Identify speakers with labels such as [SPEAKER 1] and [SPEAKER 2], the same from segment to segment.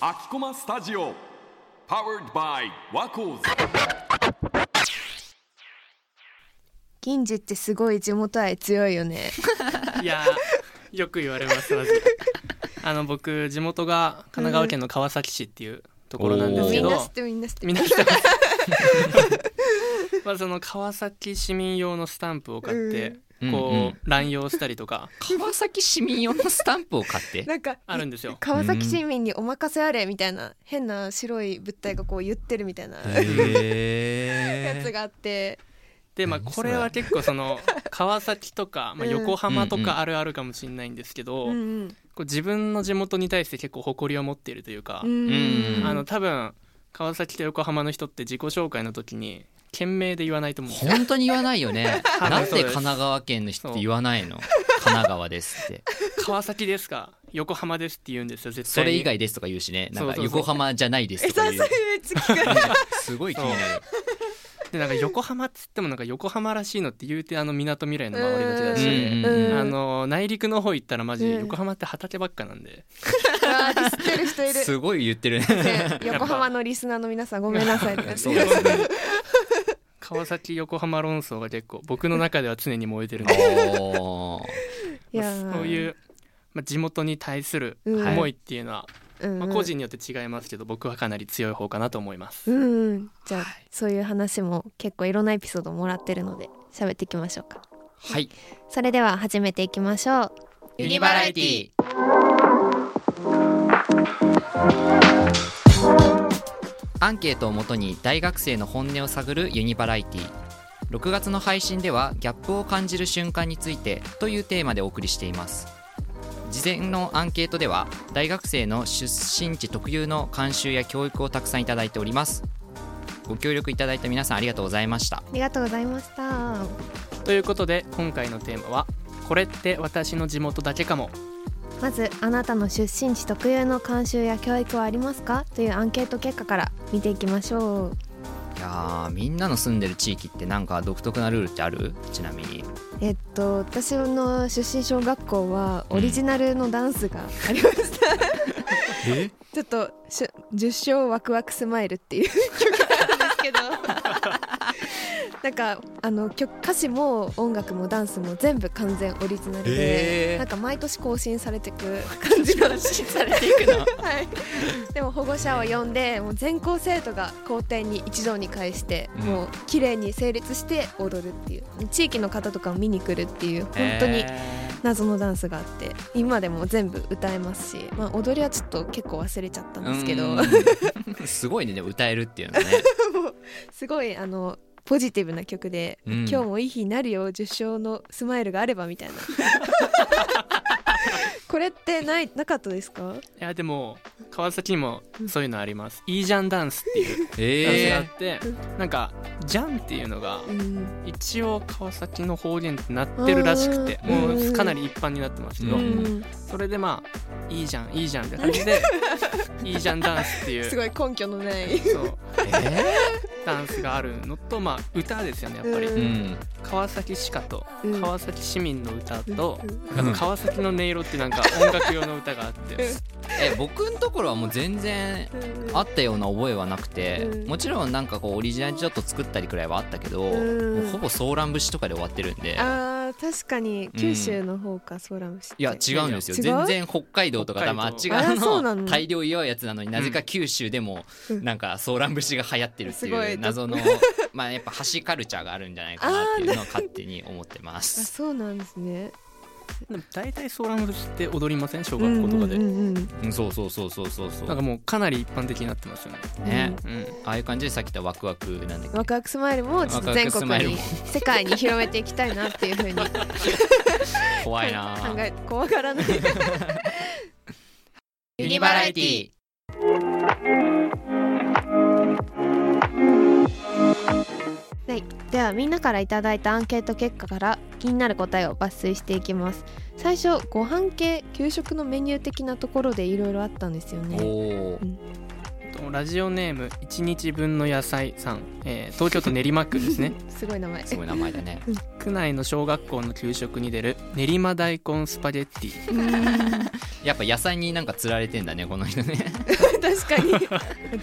[SPEAKER 1] アキコマスタジオ Powered by ワコーズ
[SPEAKER 2] 銀次ってすごい地元愛強いよね。
[SPEAKER 3] いやーよく言われますマジであの僕地元が神奈川県の川崎市っていうところなんですけ
[SPEAKER 2] みん
[SPEAKER 3] ど、
[SPEAKER 2] な知ってるみんな知って
[SPEAKER 3] みん
[SPEAKER 2] る。
[SPEAKER 3] な知ってます まあその川崎市民用のスタンプを買って、
[SPEAKER 4] うん
[SPEAKER 3] こう、
[SPEAKER 4] うんうん
[SPEAKER 3] 乱用したりとか
[SPEAKER 4] 川崎市民用のスタンプを買って
[SPEAKER 2] なんか
[SPEAKER 3] あるんですよ
[SPEAKER 2] 川崎市民にお任せあれみたいな変な白い物体がこう言ってるみたいなやつ
[SPEAKER 4] へ
[SPEAKER 2] があって、
[SPEAKER 3] でまあ
[SPEAKER 4] 何
[SPEAKER 3] こ
[SPEAKER 4] それ
[SPEAKER 3] れは結構その川崎とか、まあ、
[SPEAKER 2] うん
[SPEAKER 3] 横浜と
[SPEAKER 4] うんうん
[SPEAKER 3] かあるあるかもしれないんですけど、
[SPEAKER 2] うんうん
[SPEAKER 3] こう自分の地元に対して結構誇りを持っているというか、
[SPEAKER 2] うん
[SPEAKER 3] あの多分川崎と横浜の人って自己紹介の時に県名で言わないと思うんですよ
[SPEAKER 4] 本当に言わないよね
[SPEAKER 3] はい
[SPEAKER 4] なんで
[SPEAKER 3] そう
[SPEAKER 4] 神
[SPEAKER 3] です
[SPEAKER 4] 奈川県の人って言わないの神奈川で すって
[SPEAKER 3] 川崎ですか横浜ですって言うんですよ絶
[SPEAKER 4] そ
[SPEAKER 3] 対に
[SPEAKER 4] れ以外ですとか言うしねなん
[SPEAKER 3] そう
[SPEAKER 4] か
[SPEAKER 3] そうそう
[SPEAKER 4] 横浜じゃないです
[SPEAKER 2] え
[SPEAKER 4] と
[SPEAKER 2] さそ
[SPEAKER 4] か
[SPEAKER 2] れ
[SPEAKER 4] 言う
[SPEAKER 2] めっちゃ聞かれる
[SPEAKER 4] すごい気になる
[SPEAKER 3] でなんか横浜っつってもなんか横浜らしいのって言うてあの港未来の周りだけだし、
[SPEAKER 4] うん
[SPEAKER 2] うん
[SPEAKER 3] あの内陸の方行ったらマジ
[SPEAKER 2] うん
[SPEAKER 3] 横浜って畑ばっかなんで、
[SPEAKER 2] うわー知ってる人いる
[SPEAKER 4] すごい言ってるね
[SPEAKER 2] ね横浜のリスナーの皆さんごめんなさいね
[SPEAKER 4] そうですね
[SPEAKER 3] 川崎横浜論争が結構僕の中では常に燃えてるんで
[SPEAKER 4] おー
[SPEAKER 2] いやー
[SPEAKER 3] そういう、まあ、地元に対する
[SPEAKER 2] うん
[SPEAKER 3] 思いっていうのは、
[SPEAKER 2] うんうん
[SPEAKER 3] まあ、個人によって違いますけど僕はかなり強い方かなと思います。
[SPEAKER 2] うんうんじゃあそういう話も結構いろんなエピソードもらってるので喋っていきましょうか
[SPEAKER 4] はい
[SPEAKER 2] それでは始めていきましょう
[SPEAKER 4] ユニバラエティアンケートをもとに大学生の本音を探るユニバラエティ6月の配信ではギャップを感じる瞬間についてというテーマでお送りしています事前のアンケートでは大学生の出身地特有の慣習や教育をたくさんいただいておりますご協力いただいた皆さんありがとうございました
[SPEAKER 2] ありがとうございました
[SPEAKER 3] ということで今回のテーマは「これって私の地元だけかも
[SPEAKER 2] まずあなたの出身地特有の慣習や教育はありますかというアンケート結果から見ていきましょう
[SPEAKER 4] いやーみんなの住んでる地域ってなんか独特なルールってあるちなみに
[SPEAKER 2] えっと私の出身小学校は
[SPEAKER 4] うん
[SPEAKER 2] オリジナルのダンスがありました、
[SPEAKER 4] え
[SPEAKER 2] ちょっとしゅ「十勝ワクワクスマイル」っていう曲なんです けどなんかあの曲歌詞も音楽もダンスも全部完全オリジナルで、
[SPEAKER 4] へー
[SPEAKER 2] なんか毎年更新されていく感 じの更新されていくの、はい、 でも保護者を呼んでもう全校生徒が校庭に一堂に会して、
[SPEAKER 4] うん
[SPEAKER 2] もう綺麗に整列して踊るっていう地域の方とかを見に来るっていう本当に謎のダンスがあって今でも全部歌えますし、まあ、踊りはちょっと結構忘れちゃったんですけど
[SPEAKER 4] うん すごいねでも歌えるっていうのね
[SPEAKER 2] すごいあのポジティブな曲で、
[SPEAKER 4] うん
[SPEAKER 2] 今日もいい日になるよ受賞のスマイルがあればみたいな これってないなかったですか、」
[SPEAKER 3] いやでも川崎にもそういうのあります「いいじゃんダンス」っていうダンスがあ
[SPEAKER 4] え
[SPEAKER 3] って、
[SPEAKER 2] う
[SPEAKER 3] なんか「じゃん」っていうのが
[SPEAKER 2] うん
[SPEAKER 3] 一応川崎の方言ってなってるらしくて
[SPEAKER 2] あー
[SPEAKER 3] も
[SPEAKER 2] うん
[SPEAKER 3] うかなり一般になってますけど、
[SPEAKER 4] うん
[SPEAKER 3] それでまあ「いいじゃんいいじゃん」みたいな感 じで「いいじゃんダンス」っていう
[SPEAKER 2] すごい根拠のない
[SPEAKER 3] そうダンスがあるのとまあ歌ですよねやっぱり、
[SPEAKER 2] う
[SPEAKER 4] ーうん
[SPEAKER 3] 川崎歯科と
[SPEAKER 2] うん
[SPEAKER 3] 川崎市民の 歌と、
[SPEAKER 2] うん
[SPEAKER 3] あと川崎の音色ってなんか音楽用の歌があって
[SPEAKER 4] え僕のところはもう全然あったような覚えはなくて、
[SPEAKER 2] うん
[SPEAKER 4] もちろんなんかこうオリジナルちょっと作ったりくらいはあったけど、
[SPEAKER 2] うん
[SPEAKER 4] もうほぼソーラン節とかで終わってるんで
[SPEAKER 2] あー確かに九州の方か、ソーラムシティ
[SPEAKER 4] いや違うんですよ
[SPEAKER 2] 違う
[SPEAKER 4] 全然北海道とか
[SPEAKER 3] 北海
[SPEAKER 4] 多
[SPEAKER 3] 道
[SPEAKER 4] 分あっち
[SPEAKER 2] あ
[SPEAKER 4] 側
[SPEAKER 2] らそうなの
[SPEAKER 4] の大量祝うやつなのになぜか九州でも
[SPEAKER 2] うん
[SPEAKER 4] なんかソーラン節が流行ってるって
[SPEAKER 2] すごい
[SPEAKER 4] いう謎のまあやっぱ橋カルチャーがあるんじゃないかなっていうのを勝手に思ってま
[SPEAKER 2] あ
[SPEAKER 4] す。
[SPEAKER 2] そうなんですね
[SPEAKER 3] でも大体ソーラン節って踊りません小学校とかで、
[SPEAKER 2] うんうんうんうん
[SPEAKER 4] うんそうそうそうそうそうそ
[SPEAKER 3] なん
[SPEAKER 4] う
[SPEAKER 3] かもうかなり一般的になってますよね、
[SPEAKER 4] ね、
[SPEAKER 3] うん、
[SPEAKER 4] ああいう感じでさっき言ったワクワクなんだっけ
[SPEAKER 2] ワクワクスマイルもちょっと全国
[SPEAKER 4] ワクワクスマイル
[SPEAKER 2] に
[SPEAKER 4] も
[SPEAKER 2] 世界に広めていきたいなっていうふう に考
[SPEAKER 4] 怖いなあ
[SPEAKER 2] え怖がらない
[SPEAKER 4] ユニバラエティ
[SPEAKER 2] はい、ではみんなからいただいたアンケート結果から気になる答えを抜粋していきます最初ご飯系給食のメニュー的なところでいろいろあったんですよね
[SPEAKER 4] おー
[SPEAKER 3] とのラジオネーム1日分の野菜さん、えー東京都練馬区です ね
[SPEAKER 2] すごい名前
[SPEAKER 4] すごい名前だね
[SPEAKER 3] 区内の小学校の給食に出る練馬大根スパゲッティ
[SPEAKER 4] やっぱ野菜になんか釣られてんだねこの人ね
[SPEAKER 2] 確かに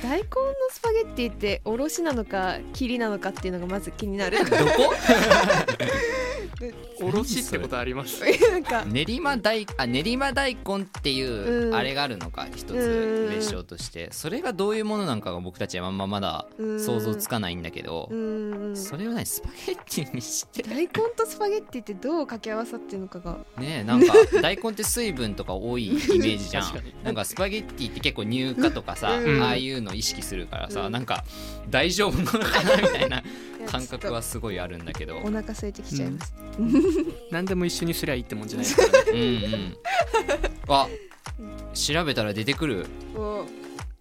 [SPEAKER 2] 大根のスパゲッティっておろしなのか切りなのかっていうのがまず気になる
[SPEAKER 4] どこ
[SPEAKER 3] おろしってことあります
[SPEAKER 2] なんか
[SPEAKER 4] 練馬大あ練馬大根っていううんあれがあるのか一
[SPEAKER 2] う
[SPEAKER 4] つ
[SPEAKER 2] ん
[SPEAKER 4] 名称としてそれがどういうものなんかが僕たちはあんままだ
[SPEAKER 2] うん
[SPEAKER 4] 想像つかないんだけど
[SPEAKER 2] うーん
[SPEAKER 4] それをねスパゲッティにして
[SPEAKER 2] 大根とスパゲッティってどう掛け合わさってるのかが
[SPEAKER 4] ねえなんか 大根って水分とか多いイメージじゃん
[SPEAKER 3] 確かに
[SPEAKER 4] なんかスパゲッティって結構乳化とかさ、
[SPEAKER 2] うん
[SPEAKER 4] ああいうの意識するからさ、
[SPEAKER 2] うん
[SPEAKER 4] なんか大丈夫なのかなみたいない
[SPEAKER 2] や
[SPEAKER 4] 感覚はすごいあるんだ けど
[SPEAKER 2] ちょっとお腹空いてきちゃいます、
[SPEAKER 3] 何でも一緒にすりゃいいってもんじゃないですから ね
[SPEAKER 4] うんうんあ調べたら出てくる
[SPEAKER 2] お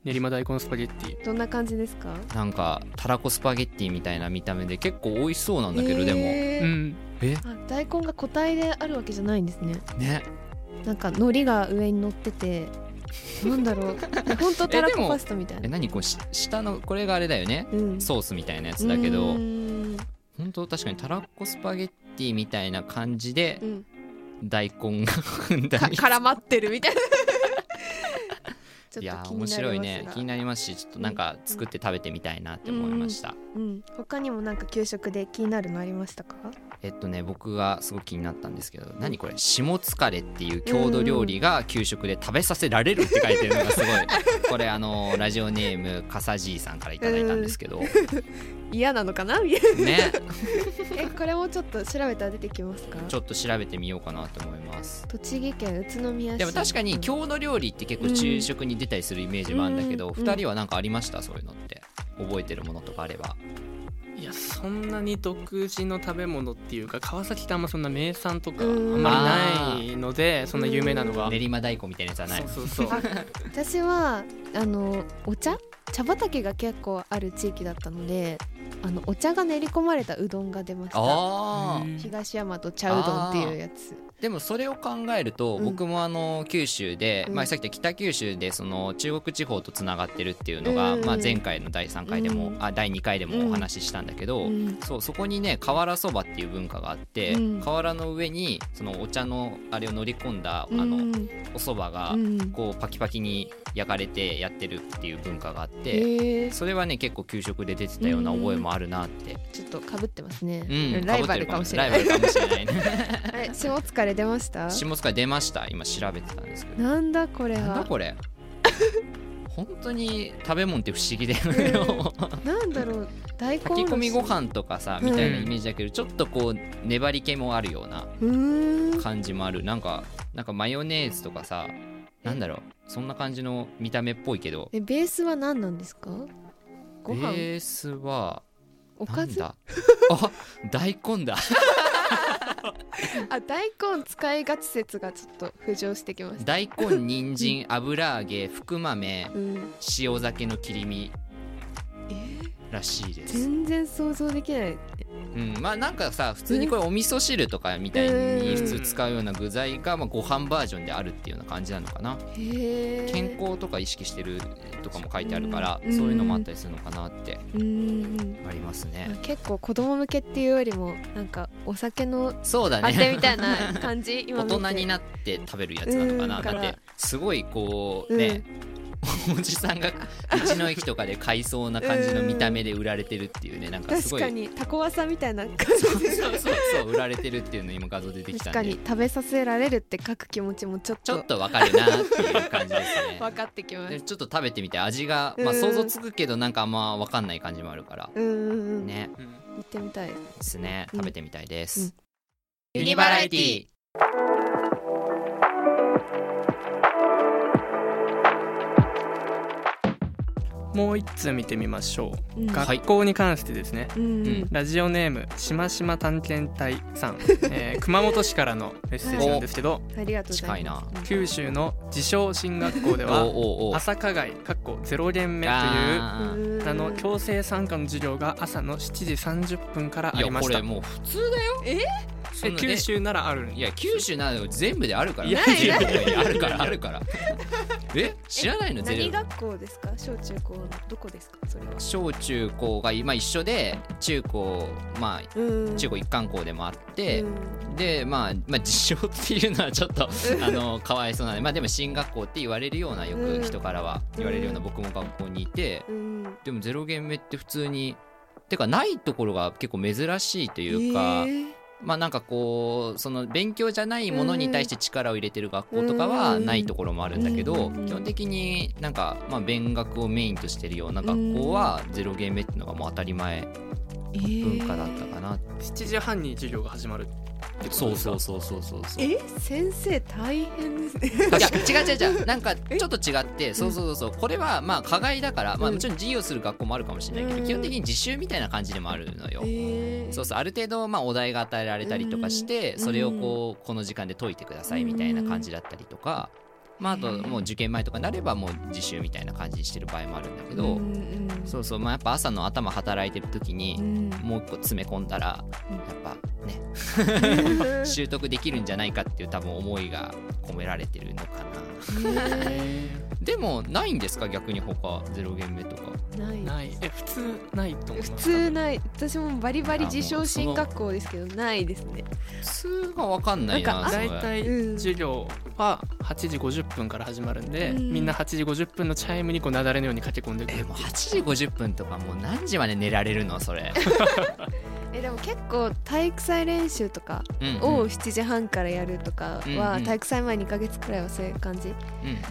[SPEAKER 3] 練馬大根スパゲッティ
[SPEAKER 2] どんな感じですか
[SPEAKER 4] なんかたらこスパゲッティみたいな見た目で結構美味しそうなんだけど、でも
[SPEAKER 2] えー
[SPEAKER 3] うん
[SPEAKER 4] え
[SPEAKER 2] あ大根が個体であるわけじゃないんですね
[SPEAKER 4] ね
[SPEAKER 2] なんか海苔が上に乗っててなんだ ろう本当たらこパスタみたい
[SPEAKER 4] え
[SPEAKER 2] な
[SPEAKER 4] 何こうし下のこれがあれだよね
[SPEAKER 2] うん
[SPEAKER 4] ソースみたいなやつだけど
[SPEAKER 2] うーん
[SPEAKER 4] 本当確かにたらこスパゲッティみたいな感じで
[SPEAKER 2] うん
[SPEAKER 4] 大根が
[SPEAKER 2] か絡まってるみたいなち
[SPEAKER 4] い
[SPEAKER 2] ょっ
[SPEAKER 4] や
[SPEAKER 2] と気に
[SPEAKER 4] 面
[SPEAKER 2] なり
[SPEAKER 4] 白い
[SPEAKER 2] ます
[SPEAKER 4] ね
[SPEAKER 2] が
[SPEAKER 4] 気になりますしちょっとなんか作って食べてみたいなって思いました、
[SPEAKER 2] うん、他にもなんか給食で気になるのありましたか
[SPEAKER 4] えっとね僕がすごく気になったんですけど何これ「下疲れ」っていう郷土料理が給食で食べさせられるって書いてるのが すごいこれあのラジオネームかさじいさんからいただいたんです けど
[SPEAKER 2] 嫌なのかなえ
[SPEAKER 4] ね
[SPEAKER 2] これもちょっと調べたら出てきますか
[SPEAKER 4] ちょっと調べてみようかなと思います
[SPEAKER 2] 栃木県宇都宮市
[SPEAKER 4] でも確かに
[SPEAKER 2] うん
[SPEAKER 4] 郷土料理って結構昼食に出たりするイメージもあるんだけど
[SPEAKER 2] うん
[SPEAKER 4] 2人は何かありましたそういうのって覚えてるものとかあれば
[SPEAKER 3] いやそんなに独自の食べ物っていうか川崎ってあんまそんな名産とかあ
[SPEAKER 2] うん
[SPEAKER 3] んまりないのでそんな有名なのが
[SPEAKER 4] 練馬大根みたいなやつはない
[SPEAKER 3] そうそうそう
[SPEAKER 2] あ私はあのお茶茶畑が結構ある地域だったのであのお茶が練り込まれたうどんが出ました
[SPEAKER 4] ああ
[SPEAKER 2] 東山と茶うどんっていうやつ
[SPEAKER 4] でもそれを考えると、
[SPEAKER 2] うん
[SPEAKER 4] 僕もあの九州で、
[SPEAKER 2] うん
[SPEAKER 4] まあ、さっき言った北九州でその中国地方とつながってるっていうのが、
[SPEAKER 2] うん
[SPEAKER 4] まあ、前回の第3回でも、
[SPEAKER 2] うん
[SPEAKER 4] あ第2回でもお話ししたんだけど、
[SPEAKER 2] うん
[SPEAKER 4] そうそこにね瓦そばっていう文化があって、
[SPEAKER 2] うん
[SPEAKER 4] 瓦の上にそのお茶のあれを乗り込んだ、あ
[SPEAKER 2] うん
[SPEAKER 4] のおそばが
[SPEAKER 2] うん
[SPEAKER 4] こうパキパキに焼かれてやってるっていう文化があって。
[SPEAKER 2] えー
[SPEAKER 4] それはね結構給食で出てたような覚えもあるなって、
[SPEAKER 2] ちょっとかぶってますね、
[SPEAKER 4] うん
[SPEAKER 2] ライバルかもしれない
[SPEAKER 4] ライバルかもしれないね
[SPEAKER 2] あれ下疲れ出ました
[SPEAKER 4] 下塚出ました今調べてたんですけど
[SPEAKER 2] なんだこれは
[SPEAKER 4] なんだこれ 本当に食べ物って不思議だよね、
[SPEAKER 2] なんだろう大根おろし
[SPEAKER 4] 炊き込みご飯とかさ
[SPEAKER 2] うん
[SPEAKER 4] みたいなイメージだけど、ちょっとこう粘り気もあるような
[SPEAKER 2] うーん
[SPEAKER 4] 感じもあるなんかなんかマヨネーズとかさなんだろうそんな感じの見た目っぽいけど
[SPEAKER 2] えベースは何なんですかご飯、
[SPEAKER 4] ベースは
[SPEAKER 2] お
[SPEAKER 4] な
[SPEAKER 2] か
[SPEAKER 4] ん
[SPEAKER 2] ずあ
[SPEAKER 4] だあ大 根だ
[SPEAKER 2] 大根使いがち説がちょっと浮上してきました
[SPEAKER 4] 大根人参油揚げ福豆
[SPEAKER 2] うん
[SPEAKER 4] 塩酒の切り身
[SPEAKER 2] えー
[SPEAKER 4] らしいです
[SPEAKER 2] 全然想像できない
[SPEAKER 4] うん、まあなんかさ普通にこれお味噌汁とかみたいに普通使うような具材がまあご飯バージョンであるっていうような感じなのかな
[SPEAKER 2] へえ
[SPEAKER 4] 健康とか意識してるとかも書いてあるから
[SPEAKER 2] うん
[SPEAKER 4] そういうのもあったりするのかなって
[SPEAKER 2] うーん
[SPEAKER 4] ありますね
[SPEAKER 2] 結構子供向けっていうよりもなんかお酒の
[SPEAKER 4] そうだ
[SPEAKER 2] あて
[SPEAKER 4] ね
[SPEAKER 2] みたいな感じ今
[SPEAKER 4] 大
[SPEAKER 2] 見て
[SPEAKER 4] 人になって食べるやつなのかな
[SPEAKER 2] うんか
[SPEAKER 4] だっ
[SPEAKER 2] ら
[SPEAKER 4] てすごいこうねおじさんが道の駅とかで買いそうな感じの見た目で売られてるっ ていうねなんかす
[SPEAKER 2] 確
[SPEAKER 4] ごい
[SPEAKER 2] かにタコワサみたいな感
[SPEAKER 4] そう
[SPEAKER 2] じ
[SPEAKER 4] そうそうそう売られてるっていうの今画像出てき
[SPEAKER 2] 確
[SPEAKER 4] た
[SPEAKER 2] か
[SPEAKER 4] ん
[SPEAKER 2] に
[SPEAKER 4] で
[SPEAKER 2] 食べさせられるって書く気持ちもちょっ
[SPEAKER 4] ちょ
[SPEAKER 2] と
[SPEAKER 4] っとわかるなっていう感 じですね
[SPEAKER 2] 分かってきま
[SPEAKER 4] ですちょっと食べてみて味が、まあ、
[SPEAKER 2] うん
[SPEAKER 4] 想像つくけどなんかあんま分かんない感じもあるから、
[SPEAKER 2] うんうんうん、
[SPEAKER 4] ね
[SPEAKER 3] うん
[SPEAKER 2] 行ってみたい
[SPEAKER 4] ですね
[SPEAKER 2] うん
[SPEAKER 4] 食べてみたいです、
[SPEAKER 2] うん
[SPEAKER 4] ユニバラエティ
[SPEAKER 3] もう一通見てみましょう、
[SPEAKER 2] うん
[SPEAKER 3] 学校に関してですね
[SPEAKER 2] うん
[SPEAKER 4] うん
[SPEAKER 3] ラジオネームしましま探検隊さ ん、えー熊本市からのメッセージなんですけど
[SPEAKER 2] ありがとうござ
[SPEAKER 4] 近
[SPEAKER 2] い
[SPEAKER 4] い
[SPEAKER 2] ま
[SPEAKER 4] な
[SPEAKER 2] す
[SPEAKER 3] 九州の自称進学校で
[SPEAKER 4] お
[SPEAKER 3] は
[SPEAKER 4] おうおう
[SPEAKER 3] 朝課外かっこゼロ限目という
[SPEAKER 4] あー
[SPEAKER 2] うん
[SPEAKER 3] あの強制参加の授業が朝の7時30分からあ
[SPEAKER 4] い
[SPEAKER 3] り
[SPEAKER 4] や
[SPEAKER 3] ま
[SPEAKER 4] こ
[SPEAKER 3] し
[SPEAKER 4] れ
[SPEAKER 3] た
[SPEAKER 4] もう普通だよそんな
[SPEAKER 3] 九州ならあるん
[SPEAKER 4] いや九州なの全部であるから
[SPEAKER 3] いや
[SPEAKER 2] いや
[SPEAKER 4] いやいやあるからあるからえ知らないの
[SPEAKER 2] 何
[SPEAKER 4] 全部
[SPEAKER 2] 学校ですか小中高のどこですかそれは
[SPEAKER 4] 小中高が今一緒で中高まあ
[SPEAKER 2] うん
[SPEAKER 4] 中高一貫校でもあって、
[SPEAKER 2] うん
[SPEAKER 4] でまあ、まあ実証っていうのはちょっ とあのかわいそうなので、まあ、でも進学校って言われるようなよ
[SPEAKER 2] う
[SPEAKER 4] く
[SPEAKER 2] ん
[SPEAKER 4] 人からは言われるような
[SPEAKER 2] うん
[SPEAKER 4] 僕も学校にいて
[SPEAKER 2] うん
[SPEAKER 4] でもゼロ限目って普通にてかないところが結構珍しいというか、
[SPEAKER 2] えー
[SPEAKER 4] まあなんかこうその勉強じゃないものに対して力を入れてる学校とかは
[SPEAKER 2] うん
[SPEAKER 4] ないところもあるんだけど、
[SPEAKER 2] うん
[SPEAKER 4] 基本的になんかまあ勉学をメインとしてるような学校はゼロ限目っていうのがもう当たり前
[SPEAKER 2] えー
[SPEAKER 4] 文化だったかな、
[SPEAKER 3] 7時半に授業が始まるってことですか
[SPEAKER 4] そうそうそうそうそうそう
[SPEAKER 2] え先生大変ですね
[SPEAKER 4] いや違う違う違うなんかちょっと違ってそうそうそうそうこれはまあ課外だから、まあ、
[SPEAKER 2] うん
[SPEAKER 4] もちろん授業する学校もあるかもしれないけど、
[SPEAKER 2] うん
[SPEAKER 4] 基本的に自習みたいな感じでもあるのよ。
[SPEAKER 2] えー
[SPEAKER 4] そうそうある程度まあお題が与えられたりとかして、
[SPEAKER 2] うん
[SPEAKER 4] それをこうこの時間で解いてくださいみたいな感じだったりとか、まあ、あともう受験前とかになればもう自習みたいな感じにしてる場合もあるんだけど、
[SPEAKER 2] うんうん
[SPEAKER 4] そうそうまあやっぱ朝の頭働いてる時
[SPEAKER 2] う
[SPEAKER 4] に
[SPEAKER 2] ん
[SPEAKER 4] もう一個詰め込んだら
[SPEAKER 2] うん
[SPEAKER 4] やっぱね習得できるんじゃないかっていう多分思いが込められてるのかな。でもないんですか逆に他ゼロ限目とか
[SPEAKER 2] ない
[SPEAKER 3] ないえ普通ないと思い
[SPEAKER 2] 普
[SPEAKER 3] ます
[SPEAKER 2] 通ない私もバリバリ自
[SPEAKER 4] あも
[SPEAKER 2] 称
[SPEAKER 4] うその
[SPEAKER 2] 進学校ですけどないですね
[SPEAKER 4] 普通が分かんないな
[SPEAKER 2] なんか
[SPEAKER 4] それ
[SPEAKER 3] 大体
[SPEAKER 2] うん
[SPEAKER 3] 授業は8時50分から始まるんで、
[SPEAKER 2] うん
[SPEAKER 3] みんな8時50分のチャイムにこうなだれのように駆け込んでく
[SPEAKER 4] え
[SPEAKER 3] る
[SPEAKER 4] もう8時50分とかもう何時まで寝られるの それ
[SPEAKER 2] えでも結構体育祭練習とか
[SPEAKER 4] うんうん
[SPEAKER 2] を7時半からやるとか
[SPEAKER 4] うんう
[SPEAKER 2] は
[SPEAKER 4] ん
[SPEAKER 2] 体育祭前2ヶ月くらいはそういう感じ
[SPEAKER 4] う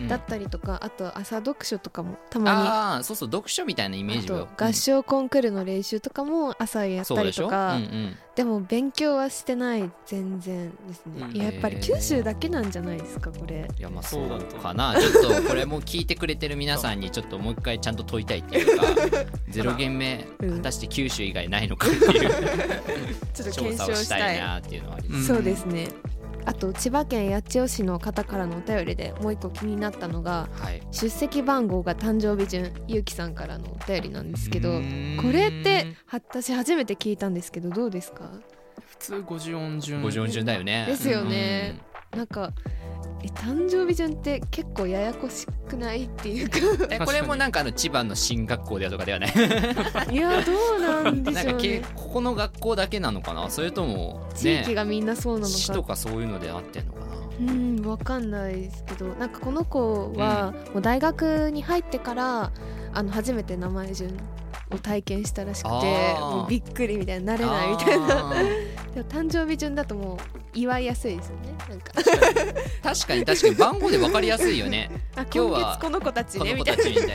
[SPEAKER 4] んうん
[SPEAKER 2] だったりとかあと朝読書とかもたま
[SPEAKER 4] ああそうそう読書みたいなイメ
[SPEAKER 2] に
[SPEAKER 4] ー
[SPEAKER 2] あ
[SPEAKER 4] ジを
[SPEAKER 2] と合唱コンクールの練習とかも朝や
[SPEAKER 4] うん
[SPEAKER 2] っ
[SPEAKER 4] そ
[SPEAKER 2] た
[SPEAKER 4] うで
[SPEAKER 2] り
[SPEAKER 4] しょ
[SPEAKER 2] と
[SPEAKER 4] う
[SPEAKER 2] か
[SPEAKER 4] んうん
[SPEAKER 2] でも勉強はしてない全然ですね、
[SPEAKER 3] うん
[SPEAKER 2] いややっぱり九州だけなんじゃないですかこれ
[SPEAKER 4] いやまあそ
[SPEAKER 3] そうだ
[SPEAKER 4] う
[SPEAKER 3] と
[SPEAKER 4] かなちょっとこれもう聞いてくれてる皆さ んにちょっともう一回ちゃんと問いたいっていうかゼロ限目
[SPEAKER 2] う
[SPEAKER 4] 果
[SPEAKER 2] ん
[SPEAKER 4] たして九州以外ないのかっていう
[SPEAKER 2] ちょっと
[SPEAKER 4] 調
[SPEAKER 2] 検
[SPEAKER 4] 査を
[SPEAKER 2] 証
[SPEAKER 4] し
[SPEAKER 2] したたい
[SPEAKER 4] いなっていうのはあります、
[SPEAKER 3] うん
[SPEAKER 2] そうですねあと千葉県八千代市の方からのお便りでもう一個気になったのが
[SPEAKER 4] はい
[SPEAKER 2] 出席番号が誕生日順ゆうきさんからのお便りなんですけ
[SPEAKER 4] う
[SPEAKER 2] ど
[SPEAKER 4] ーん
[SPEAKER 2] これっては私初めて聞いたんですけどどうですか
[SPEAKER 3] 普通50音順
[SPEAKER 4] 五条順だよね
[SPEAKER 2] ですよねなんかえ誕生日順って結構ややこしくないっていう か
[SPEAKER 4] うんえこれもなんかあの千葉の進学校でとか ではない
[SPEAKER 2] いやどうなんで
[SPEAKER 4] なん
[SPEAKER 2] しょ
[SPEAKER 4] か
[SPEAKER 2] う
[SPEAKER 4] け
[SPEAKER 2] ね
[SPEAKER 4] ここの学校だけなのかなそれとも、
[SPEAKER 2] 地
[SPEAKER 4] ね、
[SPEAKER 2] 域がみんなそうな
[SPEAKER 4] 市
[SPEAKER 2] の
[SPEAKER 4] と
[SPEAKER 2] か
[SPEAKER 4] かそういうのであってんのかな
[SPEAKER 2] うんわかんないですけどなんかこの子はもう大学に入ってからあの初めて名前順を体験したらしくて
[SPEAKER 4] あー
[SPEAKER 2] もうびっくりみたいな慣れないみたいな
[SPEAKER 4] あー
[SPEAKER 2] でも誕生日順だともう祝いやすいですよねなん か
[SPEAKER 4] 確かに確かに番号で分かりやすい よね
[SPEAKER 2] あ
[SPEAKER 4] 日は
[SPEAKER 2] 今月この子たち
[SPEAKER 4] こ
[SPEAKER 2] ね
[SPEAKER 4] の
[SPEAKER 2] み
[SPEAKER 4] 子
[SPEAKER 2] たい
[SPEAKER 4] たちみたいな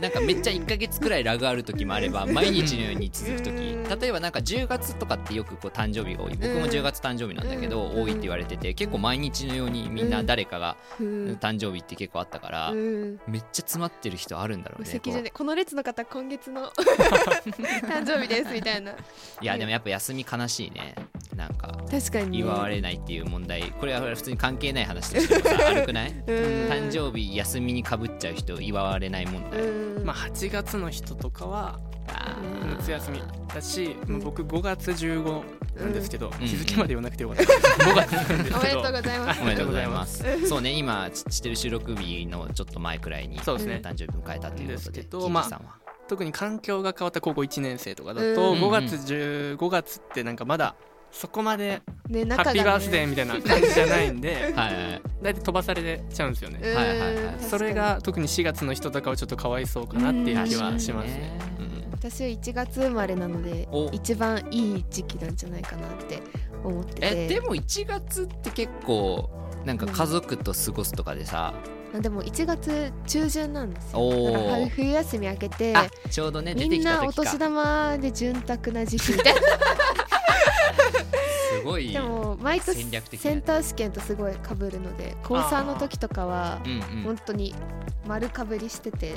[SPEAKER 4] なんかめっちゃ1か月くらいラグある時もあれば毎日のように続く
[SPEAKER 2] う
[SPEAKER 4] 時
[SPEAKER 2] ん
[SPEAKER 4] 例えばなんか10月とかってよくこう誕生日が多い僕も
[SPEAKER 2] うん
[SPEAKER 4] 10月誕生日なんだけど
[SPEAKER 2] うん
[SPEAKER 4] 多いって言われてて結構毎日のようにみんな誰かが
[SPEAKER 2] なうん
[SPEAKER 4] 誕生日って結構あったから
[SPEAKER 2] うん
[SPEAKER 4] めっちゃ詰まってる人あるんだろうね
[SPEAKER 2] 席順でこの列の方今月 の 誕生日ですみたいない
[SPEAKER 4] やでもやっぱ休み悲しいねなんか
[SPEAKER 2] 確かに
[SPEAKER 4] 祝われないっていう問題これは普通に関係ない話としてもさ悪くない誕
[SPEAKER 2] 誕
[SPEAKER 4] 生日休みにかぶっちゃう人祝われない問題
[SPEAKER 2] うん
[SPEAKER 3] まあ、8月の人とかは
[SPEAKER 4] あー
[SPEAKER 3] 夏休みだし、
[SPEAKER 2] うん
[SPEAKER 3] もう僕5月15なんですけど、
[SPEAKER 4] ん
[SPEAKER 3] 日付まで言わなくてよかった、5月なん です
[SPEAKER 2] おめ
[SPEAKER 3] け
[SPEAKER 2] でと
[SPEAKER 3] ど
[SPEAKER 2] うござい ます
[SPEAKER 4] おめでとうございますそうね今ちしてる収録日のちょっと前くらいに
[SPEAKER 3] そうですね
[SPEAKER 4] 誕生日迎えたというこ
[SPEAKER 3] で
[SPEAKER 4] とで
[SPEAKER 3] すけど
[SPEAKER 4] キキさんは
[SPEAKER 3] 特に環境が変わった高校1年生とかだと
[SPEAKER 2] うん
[SPEAKER 3] 5月15月ってなんかまだそこまで
[SPEAKER 2] ね
[SPEAKER 3] ハ
[SPEAKER 2] 仲
[SPEAKER 3] ッ
[SPEAKER 2] が
[SPEAKER 3] ピ
[SPEAKER 2] ね
[SPEAKER 3] ーバースデーみたいな感じじゃないんで
[SPEAKER 4] はいはいはい
[SPEAKER 3] 大体飛ばされちゃうんですよね
[SPEAKER 2] うん
[SPEAKER 4] はいはいはい
[SPEAKER 2] 確かに
[SPEAKER 3] それが特に4月の人とかはちょっとかわいそうかなっていう気はしますね
[SPEAKER 4] 確かにね
[SPEAKER 2] 私は1月生まれなので
[SPEAKER 4] お
[SPEAKER 2] 一番いい時期なんじゃないかなって思ってて
[SPEAKER 4] えでも1月って結構なんか家族と過ごすとかでさ
[SPEAKER 2] あでも1月中旬なんですよだ
[SPEAKER 4] お
[SPEAKER 2] から
[SPEAKER 4] ー
[SPEAKER 2] 春冬休み明けて
[SPEAKER 4] あちょうどね出て
[SPEAKER 2] みん
[SPEAKER 4] きた
[SPEAKER 2] なお
[SPEAKER 4] 時か
[SPEAKER 2] 年
[SPEAKER 4] す
[SPEAKER 2] 玉で潤沢な時 期みたいな
[SPEAKER 4] ごい
[SPEAKER 2] でも毎年
[SPEAKER 4] 戦略的な
[SPEAKER 2] センター試験とすごい被るので高3の時とかは
[SPEAKER 4] うんうん
[SPEAKER 2] 本当に丸かぶりしてて、いや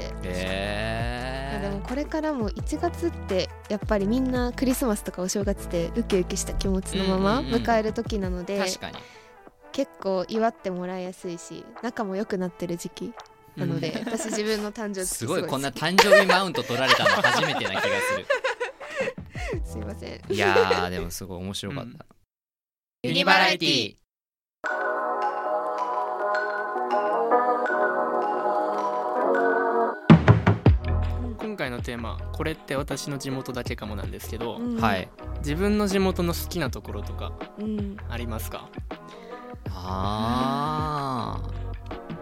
[SPEAKER 2] でも
[SPEAKER 4] え
[SPEAKER 2] これからも1月ってやっぱりみんなクリスマスとかお正月でウキウキした気持ちのまま
[SPEAKER 4] うんうんうん
[SPEAKER 2] 迎える時なので、
[SPEAKER 4] ー、確かに
[SPEAKER 2] 結構祝ってもらいやすいし仲も良くなってる時期なので、私自分の誕生日
[SPEAKER 4] すごい
[SPEAKER 2] 好き
[SPEAKER 4] こんな誕生日マウント取られたの初めてな気がする
[SPEAKER 2] すいません
[SPEAKER 4] いやーでもすごい面白かっ
[SPEAKER 3] う
[SPEAKER 4] た、
[SPEAKER 3] ん
[SPEAKER 4] ユニバラエティ
[SPEAKER 3] 今回のテーマ「これって私の地元だけかも」なんですけど、
[SPEAKER 2] うん
[SPEAKER 4] はい。
[SPEAKER 3] 自分の地元の好きなところとか
[SPEAKER 2] うん
[SPEAKER 3] ありますか
[SPEAKER 4] あ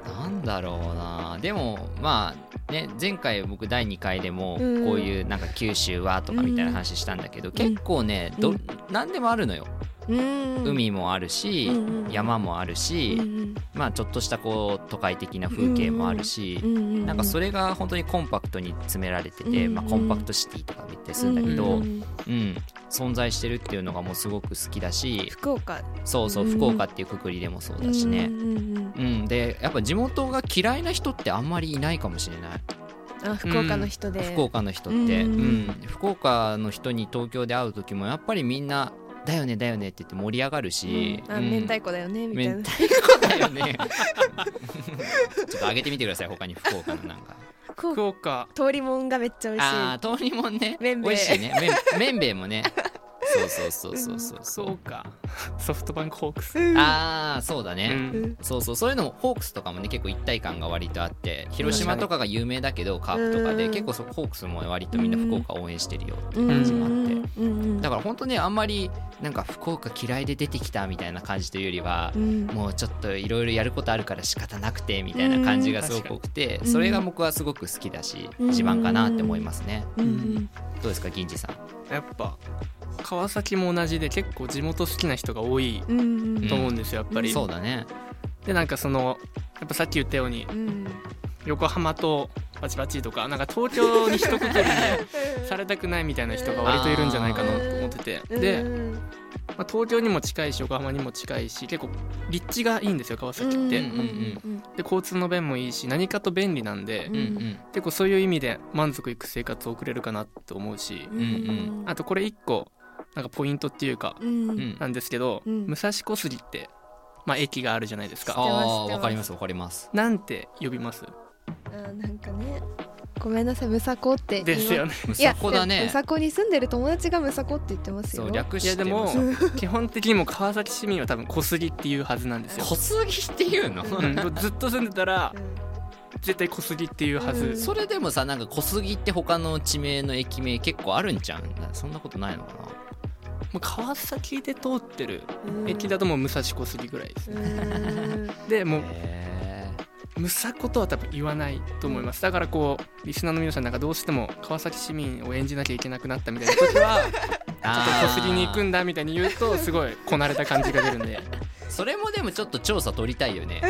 [SPEAKER 4] ーなんだろうなでもまあね前回僕第2回でもこう
[SPEAKER 2] うん
[SPEAKER 4] いうなんか九州はとかみたいな話したんだけど結構ね
[SPEAKER 2] うん
[SPEAKER 4] ど何でもあるのよ
[SPEAKER 2] うん
[SPEAKER 4] 海もあるし
[SPEAKER 2] うんうん
[SPEAKER 4] 山もあ
[SPEAKER 2] う
[SPEAKER 4] る
[SPEAKER 2] んう
[SPEAKER 4] し
[SPEAKER 2] ん
[SPEAKER 4] まあちょっとしたこう都会的な風景もあるし
[SPEAKER 2] うう
[SPEAKER 4] なんかそれが本当にコンパクトに詰められて
[SPEAKER 2] うんう
[SPEAKER 4] て
[SPEAKER 2] ん
[SPEAKER 4] まあコンパクトシティとか言ったりするんだけ
[SPEAKER 2] う
[SPEAKER 4] ど
[SPEAKER 2] んうん
[SPEAKER 4] うん存在してるっていうのがもうすごく好きだし
[SPEAKER 2] 福岡
[SPEAKER 4] そうそう
[SPEAKER 2] うん
[SPEAKER 4] 福岡っていうくくりでもそうだしね
[SPEAKER 2] うんうんうん
[SPEAKER 4] うん、でやっぱ地元が嫌いな人ってあんまりいないかもしれない、
[SPEAKER 2] あ福岡の人で
[SPEAKER 4] 福岡の人って、う
[SPEAKER 2] うんん
[SPEAKER 4] 福岡の人に東京で会う時もやっぱりみんな「だよねだよね」って言って盛り上がるし、
[SPEAKER 2] あ
[SPEAKER 4] うん
[SPEAKER 2] 明太子だよねみたいな
[SPEAKER 4] 明太子だよね ちょっと上げてみてください他に福岡のなんか
[SPEAKER 2] 福
[SPEAKER 3] 福
[SPEAKER 2] 岡
[SPEAKER 3] 岡
[SPEAKER 2] 通りもんがめっちゃ美味しい
[SPEAKER 4] ああ通りもんね
[SPEAKER 2] めんべい
[SPEAKER 4] 美味しいねめんめんべいもねそうそうそうそうそうそ
[SPEAKER 3] そううかソフトバンクホークス、
[SPEAKER 2] うん
[SPEAKER 4] ああそうだね、
[SPEAKER 3] うん
[SPEAKER 4] そうそうそういうのもホークスとかもね結構一体感が割とあって広島とかが有名だけどカープとかで
[SPEAKER 2] うん
[SPEAKER 4] 結構そホークスも割とみんな福岡応援してるよって
[SPEAKER 2] う
[SPEAKER 4] いうん感じもあって、
[SPEAKER 2] うんうん
[SPEAKER 4] だから本当ねあんまりなんか福岡嫌いで出てきたみたいな感じというよりは
[SPEAKER 2] う、ん
[SPEAKER 4] もうちょっといろいろやることあるから仕方なくてみたいな感じがすごく多くて、
[SPEAKER 2] うん
[SPEAKER 4] それが僕はすごく好きだし、
[SPEAKER 2] うん
[SPEAKER 4] 自慢かなって思いますね
[SPEAKER 2] うん
[SPEAKER 4] どうですか銀次さん
[SPEAKER 3] やっぱ川崎も同じで結構地元好きな人が多い
[SPEAKER 2] うんうん
[SPEAKER 3] と思うんですよやっぱり、
[SPEAKER 4] そうだね
[SPEAKER 3] でなんかそのやっぱさっき言ったように
[SPEAKER 2] うん
[SPEAKER 3] 横浜とバチバチとかなんか東京に一括り にされたくないみたいな人が割といるんじゃないかなと思ってて
[SPEAKER 2] う
[SPEAKER 3] で、
[SPEAKER 2] ん
[SPEAKER 3] まあ、東京にも近いし横浜にも近いし結構立地がいいんですよ川崎って、
[SPEAKER 2] うんうんうん
[SPEAKER 3] で交通の便もいいし何かと便利なんで、
[SPEAKER 4] うんうん
[SPEAKER 3] 結構そういう意味で満足いく生活を送れるかなと思うし
[SPEAKER 2] うんうん
[SPEAKER 3] あとこれ一個なんかポイントっていうか
[SPEAKER 2] うんう
[SPEAKER 4] うんん
[SPEAKER 3] なんですけど、
[SPEAKER 2] うん
[SPEAKER 3] 武蔵小杉って、まあ、駅があるじゃないですか
[SPEAKER 4] ああ
[SPEAKER 2] 知ってます知ってます
[SPEAKER 4] ーわかりますわかります
[SPEAKER 3] なんて呼びます
[SPEAKER 2] あなんかねごめんなさいむさこって
[SPEAKER 3] ですよね
[SPEAKER 4] む
[SPEAKER 2] いや
[SPEAKER 4] さこだ
[SPEAKER 2] で
[SPEAKER 4] ね
[SPEAKER 2] むさこに住んでる友達がむさこって言ってますよ
[SPEAKER 4] そう略
[SPEAKER 3] いや
[SPEAKER 4] して
[SPEAKER 3] でも
[SPEAKER 4] むさこ
[SPEAKER 3] 基本的にもう川崎市民は多分小杉っていうはずな んですよ、
[SPEAKER 4] 小杉っていうの
[SPEAKER 3] うん、ずっと住んでたら
[SPEAKER 2] うん
[SPEAKER 3] 絶対小杉っていうはず、
[SPEAKER 2] うん
[SPEAKER 4] それでもさなんか小杉って他の地名の駅名結構あるんじゃんそんなことないのか
[SPEAKER 3] もう川崎で通ってる
[SPEAKER 2] うん
[SPEAKER 3] 駅だともう武蔵小杉ぐらいです、
[SPEAKER 2] うん
[SPEAKER 3] で
[SPEAKER 4] な
[SPEAKER 3] もう
[SPEAKER 4] へ
[SPEAKER 3] むさことは多分言わないと思いますだからこうリスナーの皆さんなんかどうしても川崎市民を演じなきゃいけなくなったみたいな時はちょっ
[SPEAKER 4] え
[SPEAKER 3] と小杉に行くんだみたいに言うとすごいこなれた感じが出るん で、
[SPEAKER 4] それもでもちょっと調査取りたいよね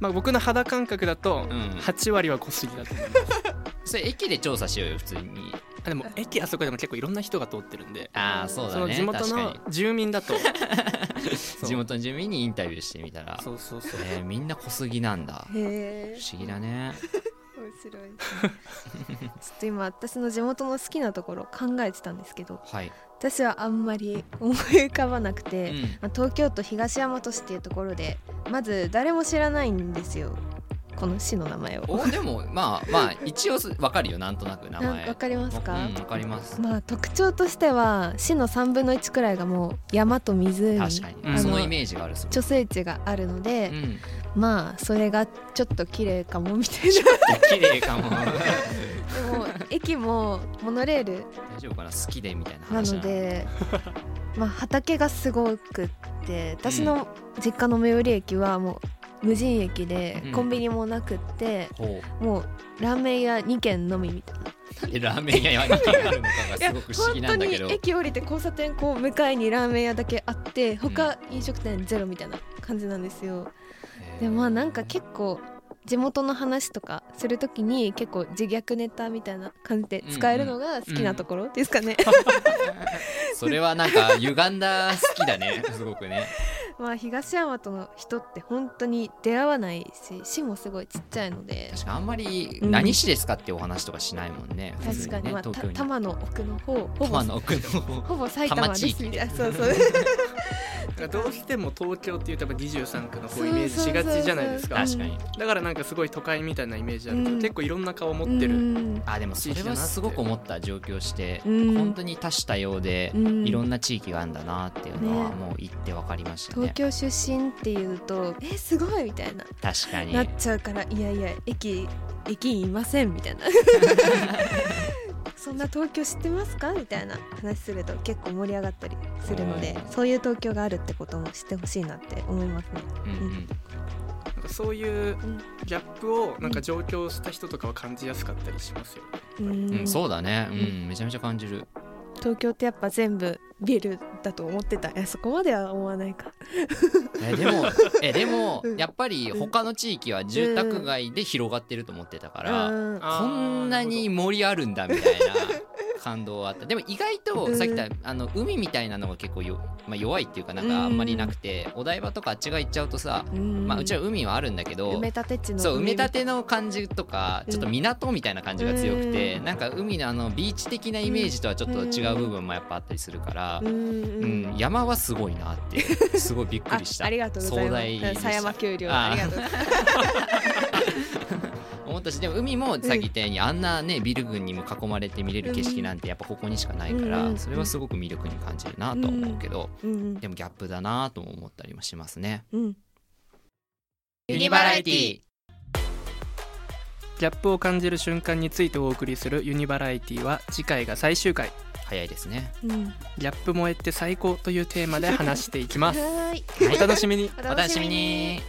[SPEAKER 3] まあ、僕の肌感覚だと
[SPEAKER 4] うん
[SPEAKER 3] 8割は小杉だと思う
[SPEAKER 4] それ駅で調査しようよ普通に
[SPEAKER 3] あでも駅あそこでも結構いろんな人が通ってるんで
[SPEAKER 4] ああそうだ
[SPEAKER 3] その
[SPEAKER 4] ね
[SPEAKER 3] 地元
[SPEAKER 4] 確
[SPEAKER 3] の
[SPEAKER 4] か
[SPEAKER 3] 住民だとそ
[SPEAKER 4] に
[SPEAKER 3] う
[SPEAKER 4] 地元の住民にインタビューしてみたら
[SPEAKER 3] そうそうそう
[SPEAKER 4] えーみんな小杉なんだ
[SPEAKER 2] へえ
[SPEAKER 4] 不思議だね
[SPEAKER 2] 面白いちょっと今私の地元の好きなところ考えてたんですけど
[SPEAKER 4] はい
[SPEAKER 2] 私はあんまり思い浮かばなく
[SPEAKER 4] う
[SPEAKER 2] て、
[SPEAKER 4] ん
[SPEAKER 2] まあ東京都東大和市っていうところでまず誰も知らないんですよこの市の名前を
[SPEAKER 4] おでもまあまあ一応すわかるよなんとなく
[SPEAKER 2] な
[SPEAKER 4] 名前
[SPEAKER 2] わかりますか、
[SPEAKER 4] うんわかります
[SPEAKER 2] まあ特徴としては市の3分の1くらいがもう山と湖
[SPEAKER 4] 確か
[SPEAKER 3] う
[SPEAKER 4] に
[SPEAKER 3] ん
[SPEAKER 4] そのイメージがあるすごい
[SPEAKER 2] 貯水池があるので
[SPEAKER 4] う、ん
[SPEAKER 2] まあそれがちょっと綺麗かもみたい
[SPEAKER 4] 綺麗かも
[SPEAKER 2] なでも駅もモノレール
[SPEAKER 4] 大丈夫かな好きでみたいな
[SPEAKER 2] な
[SPEAKER 4] 話
[SPEAKER 2] のでまあ畑がすごくって私の実家の最寄り駅はもう無人駅で
[SPEAKER 4] うん
[SPEAKER 2] コンビニもなくって、
[SPEAKER 4] ほ
[SPEAKER 2] もうラーメン屋2軒のみみたいな
[SPEAKER 4] うなんでラーメン屋に気があるのかがすごく不思
[SPEAKER 2] 本
[SPEAKER 4] 議な
[SPEAKER 2] 当
[SPEAKER 4] んだ
[SPEAKER 2] に
[SPEAKER 4] けど
[SPEAKER 2] 駅降りて交差点こう向かいにラーメン屋だけあって他飲食店ゼロみたいな感じなんですよ、でまあなんか結構地元の話とかするときに結構自虐ネタみたいな感じで使えるのが好きなところですかね、
[SPEAKER 4] それはなんか歪んだ好きだねすごくね
[SPEAKER 2] まあ東大和の人って本当に出会わないし市もすごいちっちゃいので
[SPEAKER 4] 確かあんまり何市ですかっていうお話とかしないもんね、普
[SPEAKER 2] 確
[SPEAKER 4] 通
[SPEAKER 2] かに、
[SPEAKER 4] ね
[SPEAKER 2] まあ、た
[SPEAKER 4] 東京
[SPEAKER 2] 多
[SPEAKER 4] に
[SPEAKER 2] 摩の奥の方ほぼ
[SPEAKER 4] 玉の奥の方
[SPEAKER 2] ほぼ埼玉ですみたいなそうそうとか
[SPEAKER 3] どうしても東京っていうとやっぱ23区のこ
[SPEAKER 2] そうう
[SPEAKER 3] イメージしがちじゃないですか
[SPEAKER 2] そうそう
[SPEAKER 4] 確かに
[SPEAKER 3] だからなんかすごい都会みたいなイメージあるけど、
[SPEAKER 2] うん
[SPEAKER 3] 結構いろんな顔持って
[SPEAKER 2] う
[SPEAKER 3] る、
[SPEAKER 2] ん
[SPEAKER 4] あでもそれはすごく思った上京して、
[SPEAKER 2] うん
[SPEAKER 4] 本当に多種多様で、
[SPEAKER 2] うん
[SPEAKER 4] いろんな地域があるんだなっていうのは
[SPEAKER 2] ね
[SPEAKER 4] もう行って分かりましたね
[SPEAKER 2] 東京出身っていうとえすごいみたいな
[SPEAKER 4] 確かに
[SPEAKER 2] なっちゃうからいやいや駅駅員いませんみたい なそんな東京知ってますかみたいな話すると結構盛り上がったりするので
[SPEAKER 4] うん
[SPEAKER 2] そういう東京があるってことも知ってほしいなって思いますね。
[SPEAKER 4] うんうん
[SPEAKER 3] なんかそういうギャップをなんか
[SPEAKER 2] うん
[SPEAKER 3] 上京した人とかは感じやすかったりしますよ、
[SPEAKER 2] うん
[SPEAKER 4] うん、そうだね、うん、めちゃめちゃ感じ る
[SPEAKER 2] 東京ってやっぱ全部ビルだと思ってたいやそこまでは思わないか
[SPEAKER 4] えでもえでも
[SPEAKER 2] うん
[SPEAKER 4] やっぱり他の地域は住宅街で広がってると思ってたから、
[SPEAKER 2] うん
[SPEAKER 3] あー
[SPEAKER 4] こんなに森あるんだみたいな感 動はあったでも意外
[SPEAKER 2] う
[SPEAKER 4] と
[SPEAKER 2] ん
[SPEAKER 4] さっき言ったあの海みたいなのが結構よ、まあ、弱いっていうかなんかあんまりなくてお台場とかあっちが行っちゃうとさ、
[SPEAKER 2] うん
[SPEAKER 4] まあ、うちは海はあるんだけど
[SPEAKER 2] 埋め立て地の
[SPEAKER 4] そう埋め立ての感じとか
[SPEAKER 2] うん
[SPEAKER 4] ちょっと港みたいな感じが強くて、
[SPEAKER 2] うん
[SPEAKER 4] なんか海のあのビーチ的なイメージとはちょっと違う部分もやっぱあったりするから、
[SPEAKER 2] うん
[SPEAKER 4] う
[SPEAKER 2] うん
[SPEAKER 4] ん、山はすごいなって いうすごいびっくりした
[SPEAKER 2] あありがとうございます
[SPEAKER 4] 壮大でした
[SPEAKER 2] 狭山丘陵
[SPEAKER 4] あー
[SPEAKER 2] ありがとうございます
[SPEAKER 4] 思ったしでも海もさっき言ったようにあんなねビル群にも囲まれて見れる景色なんてやっぱここにしかないか
[SPEAKER 2] うんう
[SPEAKER 4] ら
[SPEAKER 2] ん
[SPEAKER 4] それはすごく魅力に感じるなとは思うけど
[SPEAKER 2] うん
[SPEAKER 4] でもギャップだなとも思ったりもしますね。
[SPEAKER 2] うん
[SPEAKER 4] ユ
[SPEAKER 2] ニバラエティ
[SPEAKER 3] ギャップを感じる瞬間についてお送りする「ユニバラエティ」は次回が最終回
[SPEAKER 4] 早いですね。
[SPEAKER 2] うんは
[SPEAKER 3] 「ギャッ プ萌えって最高」というテーマで話していきます
[SPEAKER 2] ーい
[SPEAKER 4] は
[SPEAKER 3] お
[SPEAKER 4] い
[SPEAKER 3] 楽しみに
[SPEAKER 2] お
[SPEAKER 4] お楽しみに